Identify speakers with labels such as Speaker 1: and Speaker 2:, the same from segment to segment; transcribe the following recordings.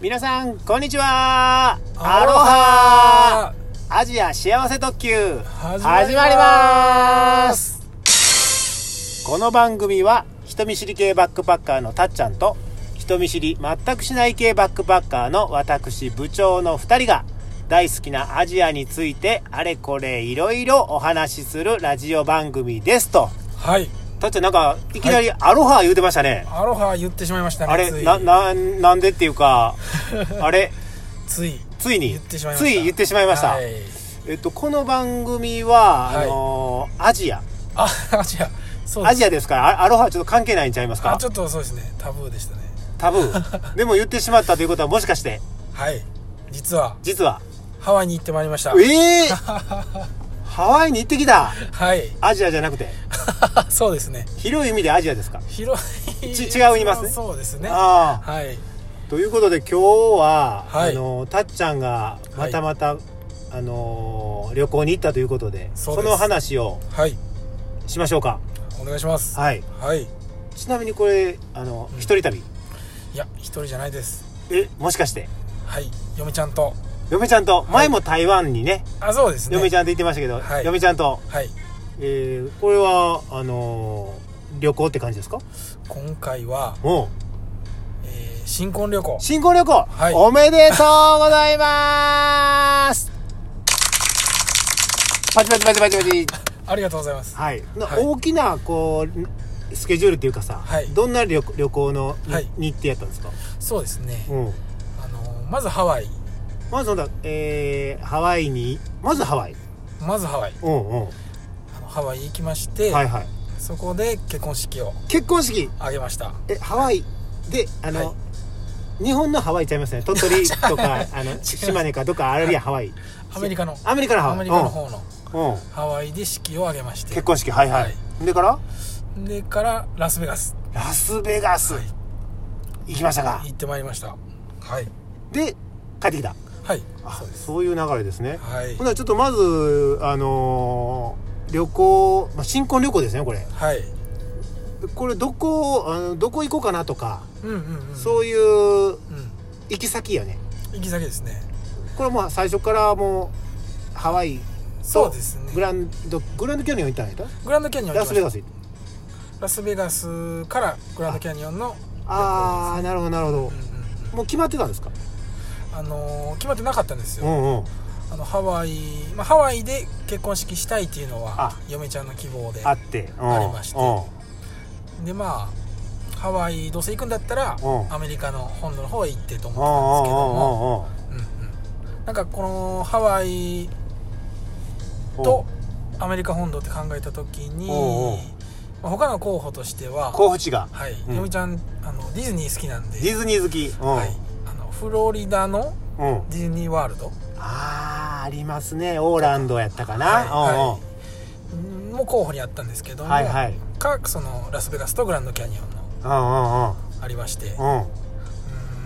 Speaker 1: 皆さんこんにちはアロハ
Speaker 2: ハ
Speaker 1: アジア幸せ特急
Speaker 2: 始まります
Speaker 1: 始まりますこの番組は人見知り系バックパッカーのたっちゃんと人見知り全くしない系バックパッカーの私部長の2人が大好きなアジアについてあれこれいろいろお話しするラジオ番組ですと
Speaker 2: はい
Speaker 1: たっちゃんなんかいきなりアロハ言うてましたね、
Speaker 2: アロハ言ってしまいましたね
Speaker 1: あれ
Speaker 2: つい
Speaker 1: なななんでっていう かあれ
Speaker 2: つい
Speaker 1: ついに
Speaker 2: 言ってしまいまし
Speaker 1: つ
Speaker 2: た
Speaker 1: い言ってしまいました、
Speaker 2: はい
Speaker 1: えっと、この番組は、
Speaker 2: はい
Speaker 1: あのーアジア
Speaker 2: あアジアそうです
Speaker 1: アジアですからあアロハはちょっと関係ないんちゃいます
Speaker 2: あ
Speaker 1: か
Speaker 2: ちょっとそうですねタブーでしたね
Speaker 1: タブ ーでも言ってしまったということはもしかして
Speaker 2: はい実は
Speaker 1: 実は
Speaker 2: ハワイに行ってまいりました
Speaker 1: ええハワイに行ってきた
Speaker 2: はい
Speaker 1: アジアじゃなくて
Speaker 2: そうですね
Speaker 1: 広い意味でアジアですか
Speaker 2: 広い
Speaker 1: ち違う言いますね
Speaker 2: そうそうですね
Speaker 1: あ
Speaker 2: は
Speaker 1: あ
Speaker 2: い
Speaker 1: ということで今日は、
Speaker 2: はい
Speaker 1: あのーたっちゃんがまたまた、あのー旅行に行ったということで
Speaker 2: そう
Speaker 1: そ
Speaker 2: です
Speaker 1: の話を
Speaker 2: はい
Speaker 1: しましょうか
Speaker 2: お願いします
Speaker 1: はい
Speaker 2: はいい
Speaker 1: ちなみにこれあの一人旅
Speaker 2: や一人じゃないです
Speaker 1: えもしかして
Speaker 2: はい嫁ちゃんと
Speaker 1: 嫁ちゃんと前も台湾にね
Speaker 2: あそうですね
Speaker 1: 嫁ち
Speaker 2: ゃ
Speaker 1: ゃんって言ってましたけど
Speaker 2: はい
Speaker 1: 嫁ちゃんと
Speaker 2: んはい
Speaker 1: えーこれはあのー旅行って感じですか
Speaker 2: 今回は、
Speaker 1: おう
Speaker 2: えー新婚旅行
Speaker 1: 新婚旅行
Speaker 2: はい
Speaker 1: おめでとうございますパチパチパチパチパチ
Speaker 2: ありがとうございます
Speaker 1: はいな
Speaker 2: はい
Speaker 1: 大きなこうスケジュールっていうかさ
Speaker 2: はい
Speaker 1: どんな旅旅行のに
Speaker 2: はい
Speaker 1: 日程やったんですか
Speaker 2: そうですね、
Speaker 1: うん
Speaker 2: あのまずハワイ
Speaker 1: まずなんだえーハワイにまずハワイ
Speaker 2: まずハワイ
Speaker 1: うんうん
Speaker 2: あのハワイ行きまして、
Speaker 1: はいはい
Speaker 2: そこで結婚式を
Speaker 1: 結婚式
Speaker 2: 挙げました
Speaker 1: えハワイであの、
Speaker 2: は
Speaker 1: 日本のハワイちゃいますね鳥取 とかあの
Speaker 2: ます
Speaker 1: 島根かどっかあるやんハ ワイ
Speaker 2: アメリカの
Speaker 1: アメリカのハワ
Speaker 2: ア
Speaker 1: イ
Speaker 2: メリカの方の
Speaker 1: うんうん
Speaker 2: ハワイで式を挙げまして
Speaker 1: 結婚式はいはい、
Speaker 2: は
Speaker 1: でから
Speaker 2: でからラスベガス
Speaker 1: ラスベガス、
Speaker 2: はい
Speaker 1: 行きましたか
Speaker 2: 行ってまいりましたはい
Speaker 1: で帰ってきた
Speaker 2: はい
Speaker 1: あ
Speaker 2: そうです
Speaker 1: そういう流れですね、
Speaker 2: はい
Speaker 1: ほんならちょっとまずあのー旅行、まあ、新婚旅行ですねこれ
Speaker 2: はい
Speaker 1: これどこあのどこ行こうかなとか、
Speaker 2: うんうんうん
Speaker 1: そういう
Speaker 2: うん
Speaker 1: 行き先やね
Speaker 2: 行き先ですね
Speaker 1: これはもう最初からもうハワイ
Speaker 2: そうですね
Speaker 1: グランドグランドキャニオン行ったんやった
Speaker 2: グランドキャニオン行
Speaker 1: ラ
Speaker 2: き
Speaker 1: ス
Speaker 2: ま
Speaker 1: ベ
Speaker 2: し
Speaker 1: ガ
Speaker 2: た
Speaker 1: ス行っ
Speaker 2: ラスベガスからグランドキャニオンの、
Speaker 1: たああなるほどなるほど
Speaker 2: うんうんうん
Speaker 1: もう決まってたんですか
Speaker 2: あのー決まってなかったんですよ、
Speaker 1: んうん
Speaker 2: あのハワイ、まあ、ハワイで結婚式したいっていうのは
Speaker 1: あ
Speaker 2: 嫁ちゃんの希望で
Speaker 1: あってうん
Speaker 2: ありまして
Speaker 1: うん
Speaker 2: でまあハワイどうせ行くんだったら
Speaker 1: うん
Speaker 2: アメリカの本土の方へ行ってと
Speaker 1: うんうん
Speaker 2: 思ってたんですけども、うんうん、なんかこのハワイ
Speaker 1: うんうん
Speaker 2: とアメリカ本土って考えた時に、
Speaker 1: おうおう
Speaker 2: まあ、他の候補としては、
Speaker 1: 候補地が
Speaker 2: はい
Speaker 1: うん
Speaker 2: 嫁ちゃんあのディズニー好きなんで
Speaker 1: ディズニー好きうん
Speaker 2: はい、あのフロリダの
Speaker 1: うん
Speaker 2: ディズニーワールド
Speaker 1: ああありますねオーランドやったかな
Speaker 2: は
Speaker 1: う
Speaker 2: うんも候補にあったんですけど
Speaker 1: んうん
Speaker 2: も、
Speaker 1: はいはい
Speaker 2: かそのラスベガスとグランドキャニオンの
Speaker 1: うん
Speaker 2: ありまして、うん
Speaker 1: うんうんうん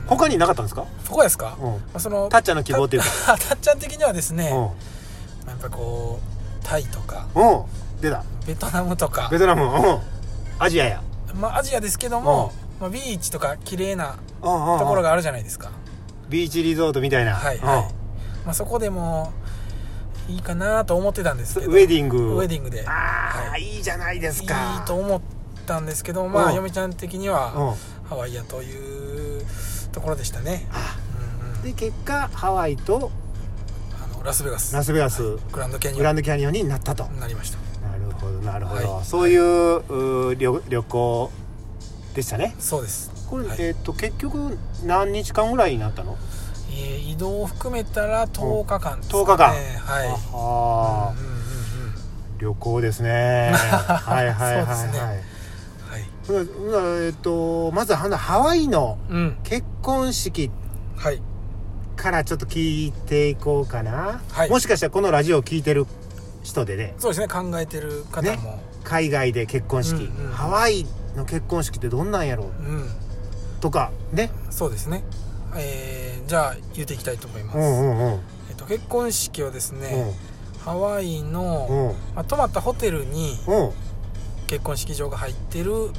Speaker 1: 他になかったんですか
Speaker 2: ここですか、
Speaker 1: う
Speaker 2: ま
Speaker 1: ん
Speaker 2: あ、その
Speaker 1: タッチャーの希望って いうか
Speaker 2: たたっちゃん的にはですね、
Speaker 1: う
Speaker 2: やっぱこうタイとか
Speaker 1: んうん出た
Speaker 2: ベトナムとか
Speaker 1: ベ、トナムうんアジアや
Speaker 2: まあ、アジアですけども、まあ、ビーチとか綺麗な
Speaker 1: うんうんうん
Speaker 2: ところがあるじゃないですか、
Speaker 1: ビーチリゾートみたいな
Speaker 2: はい
Speaker 1: うん
Speaker 2: はい、まあ、そこでもいいかなと思ってたんですけど
Speaker 1: ウェディング
Speaker 2: ウェディングで
Speaker 1: ああ、、
Speaker 2: はい
Speaker 1: いじゃないです
Speaker 2: いい
Speaker 1: か
Speaker 2: と思ったんですけどま
Speaker 1: う
Speaker 2: あ
Speaker 1: ん
Speaker 2: 嫁ちゃん的にはハワイやというところでしたね、うん
Speaker 1: うん、
Speaker 2: うん
Speaker 1: で結果ハワイと
Speaker 2: あのラスベガス
Speaker 1: ラスベガス
Speaker 2: グランドキャニ
Speaker 1: グラ
Speaker 2: オ
Speaker 1: ンドキャニオンになったと、
Speaker 2: ンになりました
Speaker 1: なるほどなるほど、
Speaker 2: はい
Speaker 1: そういううー旅旅行でしたね
Speaker 2: そうです
Speaker 1: これ、
Speaker 2: はい
Speaker 1: えっと結局何日間ぐらいになったの
Speaker 2: えー移動を含めたら10日間ですか、ね、
Speaker 1: 10日間
Speaker 2: はい
Speaker 1: ああ、
Speaker 2: うんうんうん
Speaker 1: 旅行です ねはいはいはい
Speaker 2: そうです
Speaker 1: はい
Speaker 2: ねはい
Speaker 1: ほなほなえっとまずはなハワイの
Speaker 2: うん
Speaker 1: 結婚式
Speaker 2: はい
Speaker 1: からちょっと聞いていこうかな、
Speaker 2: はい
Speaker 1: もしかしたらこのラジオを聞いてる人でね
Speaker 2: そうですね考えてる方も、
Speaker 1: 海外で結婚式、
Speaker 2: うんうん
Speaker 1: ハワイの結婚式ってどんなんやろう
Speaker 2: うん
Speaker 1: とかね
Speaker 2: そうですねえーじゃあ言っていきたいと思います、
Speaker 1: うんうん
Speaker 2: えっと、結婚式をですね、ハワイの、
Speaker 1: うんうん
Speaker 2: まあ、泊まったホテルに
Speaker 1: うん
Speaker 2: 結婚式場が入ってる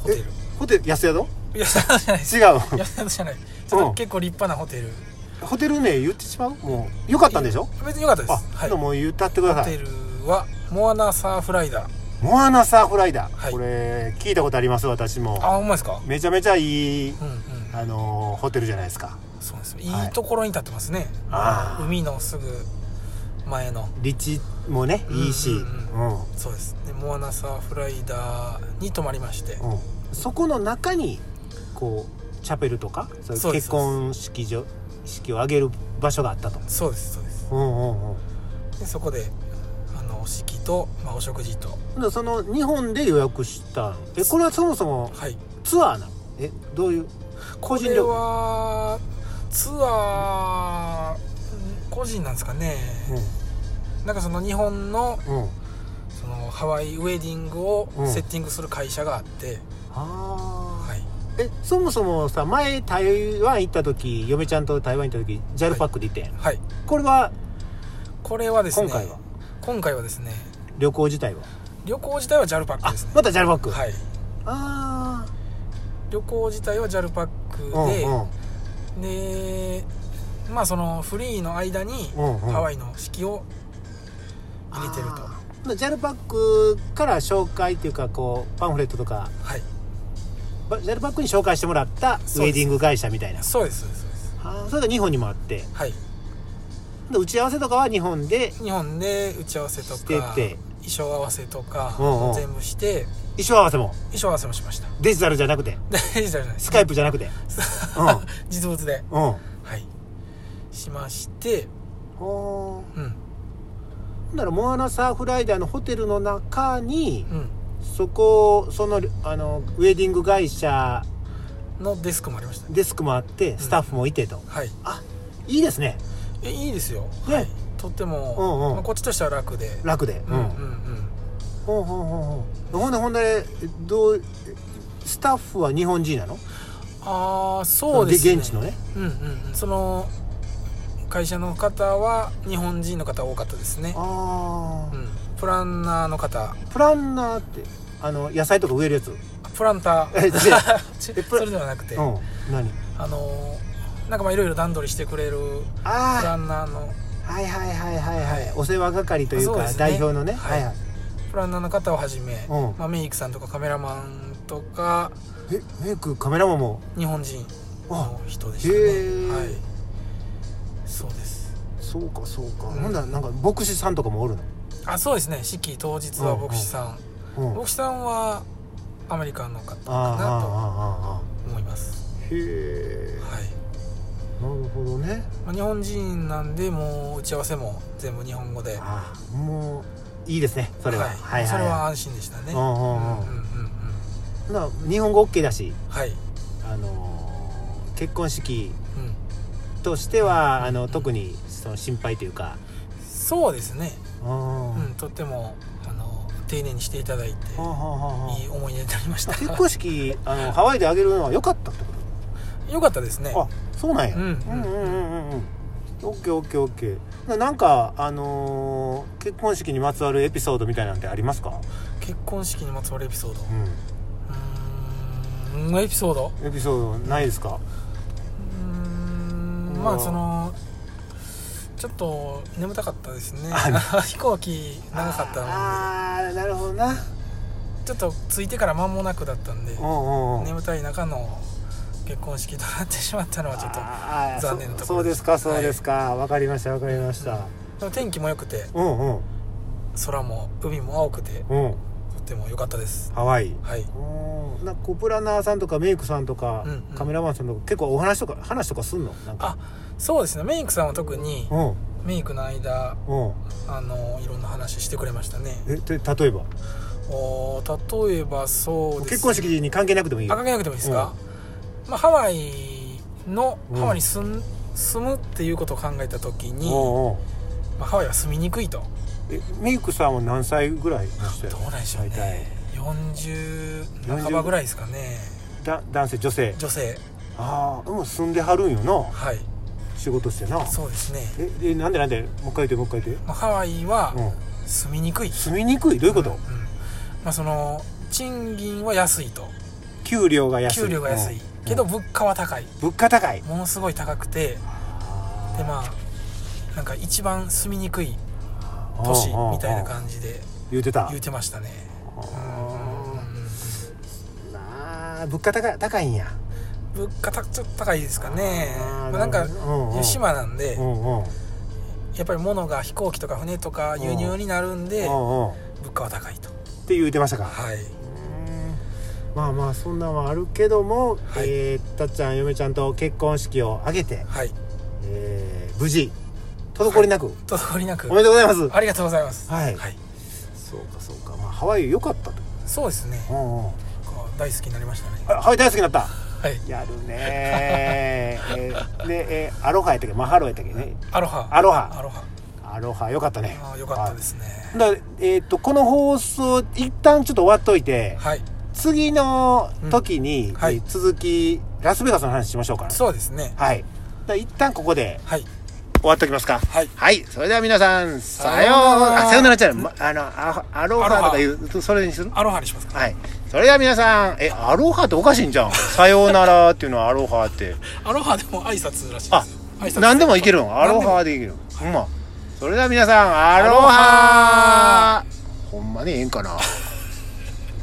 Speaker 2: ホテル
Speaker 1: ホテル安宿
Speaker 2: 安吉田じゃないです
Speaker 1: 違う
Speaker 2: 吉田じゃないちょっと結構立派なホテル
Speaker 1: ホテル名言ってしまうもうよかったんでしょ
Speaker 2: 別に良かったです
Speaker 1: あ、
Speaker 2: はい
Speaker 1: でももう言ったってくだ
Speaker 2: ホ
Speaker 1: さ
Speaker 2: テ
Speaker 1: い
Speaker 2: ルはモアナサーフライダー
Speaker 1: モアナサーフライダー、
Speaker 2: はい
Speaker 1: これ聞いたことあります私も
Speaker 2: あほんまですか
Speaker 1: めちゃめちゃいい、
Speaker 2: うんうん
Speaker 1: あのーホテルじゃないですか
Speaker 2: そうです
Speaker 1: はい
Speaker 2: いいところに立ってますね、
Speaker 1: あー
Speaker 2: 海のすぐ前の
Speaker 1: 立地もねいいし、
Speaker 2: うんうん
Speaker 1: うん
Speaker 2: そうですでモアナサーフライダーに泊まりまして、
Speaker 1: うん、そこの中にこうチャペルとかそういう
Speaker 2: そうで
Speaker 1: 結
Speaker 2: す
Speaker 1: 婚式場式を挙げる場所があったと
Speaker 2: そうですそうです
Speaker 1: うんうんうん
Speaker 2: でそこであのお式と、まあ、お食事と
Speaker 1: でその日本で予約したのえこれはそもそも
Speaker 2: はい
Speaker 1: ツアーなのえどういう個
Speaker 2: こ
Speaker 1: 人
Speaker 2: れ
Speaker 1: 旅行
Speaker 2: はツアーん個人なんですかね、なんかその日本の
Speaker 1: うんうん
Speaker 2: そのハワイウェディングを
Speaker 1: うん
Speaker 2: セッティングする会社があって、
Speaker 1: あー
Speaker 2: はい、
Speaker 1: えそもそもさ前台湾行った時嫁ちゃんと台湾行った時 JAL パックで行ったやん、
Speaker 2: はい、
Speaker 1: これは
Speaker 2: これはですね
Speaker 1: 今回は
Speaker 2: 今回はですね
Speaker 1: 旅行自体は
Speaker 2: 旅行自体は JAL パック
Speaker 1: あ
Speaker 2: ですね
Speaker 1: また JAL パック、
Speaker 2: はい
Speaker 1: あ
Speaker 2: 旅行自体は JAL パ
Speaker 1: あう
Speaker 2: ッ
Speaker 1: ん
Speaker 2: クで、
Speaker 1: うん
Speaker 2: でまあそのフリーの間に
Speaker 1: うんうん
Speaker 2: ハワイの式を入れてると、
Speaker 1: あー JAL パックから紹介っていうかこうパンフレットとか
Speaker 2: はい
Speaker 1: ば JAL パックに紹介してもらったウ
Speaker 2: そう
Speaker 1: ェ
Speaker 2: です
Speaker 1: ディング会社みたいな
Speaker 2: そうですそうですそうです
Speaker 1: あーそれが日本にもあって
Speaker 2: はい
Speaker 1: で打ち合わせとかは日本で
Speaker 2: 日本で打ち合わせと
Speaker 1: して
Speaker 2: か
Speaker 1: て
Speaker 2: 衣装合わせとか
Speaker 1: うんうん
Speaker 2: 全部して
Speaker 1: 衣装合わせも
Speaker 2: 衣装合わせもしました
Speaker 1: デジタルじゃなくて
Speaker 2: 大事じゃないです
Speaker 1: スカイプじゃなくて
Speaker 2: 実物で
Speaker 1: うんうん
Speaker 2: はいしまして
Speaker 1: ほ
Speaker 2: うん
Speaker 1: ーならモアナサーフライダーのホテルの中に
Speaker 2: うん
Speaker 1: そこそのあのウェディング会社
Speaker 2: のデスクもありましたね
Speaker 1: デスクもあってスタッフもいてと、
Speaker 2: はい
Speaker 1: あいいですね
Speaker 2: えいいですよ、
Speaker 1: ね
Speaker 2: はい、とっても、
Speaker 1: うんうん
Speaker 2: まあ、こっちとしては楽で
Speaker 1: 楽で
Speaker 2: うんうんうん
Speaker 1: ほうほうほうほうほんでほんでどうスタッフは日本人なの
Speaker 2: ああそうですね
Speaker 1: 現地のね
Speaker 2: うんうんうんその会社の方は日本人の方多かったですね、
Speaker 1: ああ、
Speaker 2: うん、プランナーの方
Speaker 1: プランナーってあの野菜とか植えるやつう
Speaker 2: プランタ
Speaker 1: え違う
Speaker 2: ーち
Speaker 1: えプ
Speaker 2: そ
Speaker 1: ラ
Speaker 2: れではなくて、
Speaker 1: ん何
Speaker 2: あのーなんかまあいろいろ段取りしてくれるプラ
Speaker 1: あ
Speaker 2: ンナーの
Speaker 1: あはいはいはいはいはいお世話係という
Speaker 2: そう
Speaker 1: か
Speaker 2: ですね
Speaker 1: 代表のねは
Speaker 2: はいい
Speaker 1: はい
Speaker 2: プランナーの方をはじめ、
Speaker 1: うん
Speaker 2: まあ、メイクさんとかカメラマンとか
Speaker 1: えメイクカメラマンも
Speaker 2: 日本人
Speaker 1: あ
Speaker 2: の人でしたね
Speaker 1: あへ
Speaker 2: は
Speaker 1: え
Speaker 2: いそうです
Speaker 1: そうかそうか、
Speaker 2: うん
Speaker 1: ほんならなんか牧師さんとかもおるの
Speaker 2: あそうですね式当日は牧師さん、
Speaker 1: うんあ
Speaker 2: 牧師さんはアメリカの方
Speaker 1: あああ
Speaker 2: か
Speaker 1: あああ
Speaker 2: なと思います
Speaker 1: へえ
Speaker 2: はい、
Speaker 1: なるほどね
Speaker 2: まあ、日本人なんでもう打ち合わせも全部日本語で
Speaker 1: ああもういいですねそれは、
Speaker 2: はい
Speaker 1: はいはい
Speaker 2: それは
Speaker 1: は
Speaker 2: 安心でしたね
Speaker 1: うんうんうん
Speaker 2: うんうん
Speaker 1: な日本語 OK だし
Speaker 2: はい、
Speaker 1: あのー結婚式
Speaker 2: うん、
Speaker 1: としてはあの特にその心配というか
Speaker 2: そうですね、
Speaker 1: うん
Speaker 2: うん、とってもあの丁寧にしていただいて
Speaker 1: はあはあはあはい
Speaker 2: い思い出になりました
Speaker 1: あ結婚式あのハワイであげるのは良かったってこ
Speaker 2: よかったですね
Speaker 1: とあそうなんや、
Speaker 2: うん
Speaker 1: うんうんうんうんうんオッケーオッケーオッケーななんかあのー結婚式にまつわるエピソードみたいなんてありますか、
Speaker 2: 結婚式にまつわるエピソード
Speaker 1: う
Speaker 2: うーんエピソード
Speaker 1: ん、エピソードないですか
Speaker 2: うーんまあそのちょっと眠たかったですね 飛行機長かったの
Speaker 1: ああーなるほどな
Speaker 2: でちょっと着いてから間もなくだったんで
Speaker 1: うんうんうん
Speaker 2: 眠たい中の結婚式となってしまったのはちょっ
Speaker 1: あー
Speaker 2: 残念なところ
Speaker 1: そそうですかそうですかわ、かりましたわかりました、
Speaker 2: とでも天気も良くて
Speaker 1: うんうん
Speaker 2: 空も海も青くて
Speaker 1: うん
Speaker 2: とても良かったです
Speaker 1: ハワイ
Speaker 2: はい
Speaker 1: うんなんかこうプランナーさんとかメイクさんとか、
Speaker 2: うんうん
Speaker 1: カメラマンさんとか結構お話とか話とかすんのなんか
Speaker 2: あそうですねメイクさんは特に
Speaker 1: うん
Speaker 2: メイクの間
Speaker 1: うん
Speaker 2: あのいろんな話してくれましたね
Speaker 1: えて例えば
Speaker 2: おー例えばそうです
Speaker 1: 結婚式に関係なくてもいい
Speaker 2: あ
Speaker 1: よ
Speaker 2: 関係なくてもいいですか、まあ、ハワイの、
Speaker 1: うん
Speaker 2: ハワイに住ん住むっていうことを考えた時に、
Speaker 1: うんうん
Speaker 2: まあ、ハワイは住みにくいと
Speaker 1: えメイクさんは何歳ぐらいでした
Speaker 2: ど
Speaker 1: よ
Speaker 2: うなんでしょうね40
Speaker 1: 40
Speaker 2: 半ばぐらいですかね
Speaker 1: だ男性女性
Speaker 2: 女性
Speaker 1: ああもう住んではるんよな
Speaker 2: はい
Speaker 1: 仕事してな
Speaker 2: そうですね、
Speaker 1: ええなんでなんでもう一回言ってもう一回言って
Speaker 2: まあ、ハワイは
Speaker 1: うん
Speaker 2: 住みにくい、
Speaker 1: 住みにくいどういうこと、
Speaker 2: うんまあ、その賃金は安いと
Speaker 1: 給料が安い
Speaker 2: 給料が安い、
Speaker 1: うん
Speaker 2: けど物価は高い
Speaker 1: 物価高い
Speaker 2: ものすごい高くてでまあなんか一番住みにくい都市みたいな
Speaker 1: じ
Speaker 2: 感じで
Speaker 1: 言うてた
Speaker 2: 言うてましたね
Speaker 1: なあ物価高い高いんや
Speaker 2: 物価たちょっと高いですかね
Speaker 1: あー
Speaker 2: まあ、なんか
Speaker 1: なるほどねうんうん
Speaker 2: 島なんで
Speaker 1: うんうんうん
Speaker 2: やっぱり物が飛行機とか船とか輸入になるん
Speaker 1: う
Speaker 2: で
Speaker 1: ん
Speaker 2: 物価は高いと
Speaker 1: って言うてましたか
Speaker 2: はい
Speaker 1: まあまあそんなんはあるけども、
Speaker 2: はい
Speaker 1: えーたっちゃん嫁ちゃんと結婚式を挙げて、
Speaker 2: はい
Speaker 1: えー無事滞りなく、
Speaker 2: 滞りなく
Speaker 1: おめでとうございます
Speaker 2: ありがとうございます
Speaker 1: はい
Speaker 2: はい、
Speaker 1: そうかそうか、まあ、ハワイ良かったと、
Speaker 2: そうですね
Speaker 1: うんうん、
Speaker 2: こう大好きになりましたね
Speaker 1: あハワイ大好きになった
Speaker 2: はい
Speaker 1: やるね ーえーで、えーアロハやったっけマハロやったっけね
Speaker 2: アロハ
Speaker 1: アロハ
Speaker 2: アロハ
Speaker 1: アロハ良かったね
Speaker 2: あーよかったですね
Speaker 1: はいだからえー、とこの放送一旦ちょっと終わっといて、
Speaker 2: はい
Speaker 1: 次の時に、
Speaker 2: んはい
Speaker 1: えー続きラスベガスの話しましょうか
Speaker 2: そうですね
Speaker 1: はい。じゃあ一旦ここで
Speaker 2: はい
Speaker 1: 終わっておきますか。
Speaker 2: はい
Speaker 1: それでは皆さん、さよう
Speaker 2: さよう
Speaker 1: な
Speaker 2: なら
Speaker 1: ら。あ、さようならじゃない。まあの、アアロハとか言う、それにする
Speaker 2: アロハにしますか
Speaker 1: はい。それでは皆さん、え、アロハっておかしいんじゃん。さようならっていうのはアロハって。
Speaker 2: アロハでも挨拶らしいで
Speaker 1: あ
Speaker 2: すよ挨拶、
Speaker 1: 何でもいけるん。アロハでいけるん。ほんま。それでは皆さん、アロハ
Speaker 2: ア
Speaker 1: ほんまにええんかな。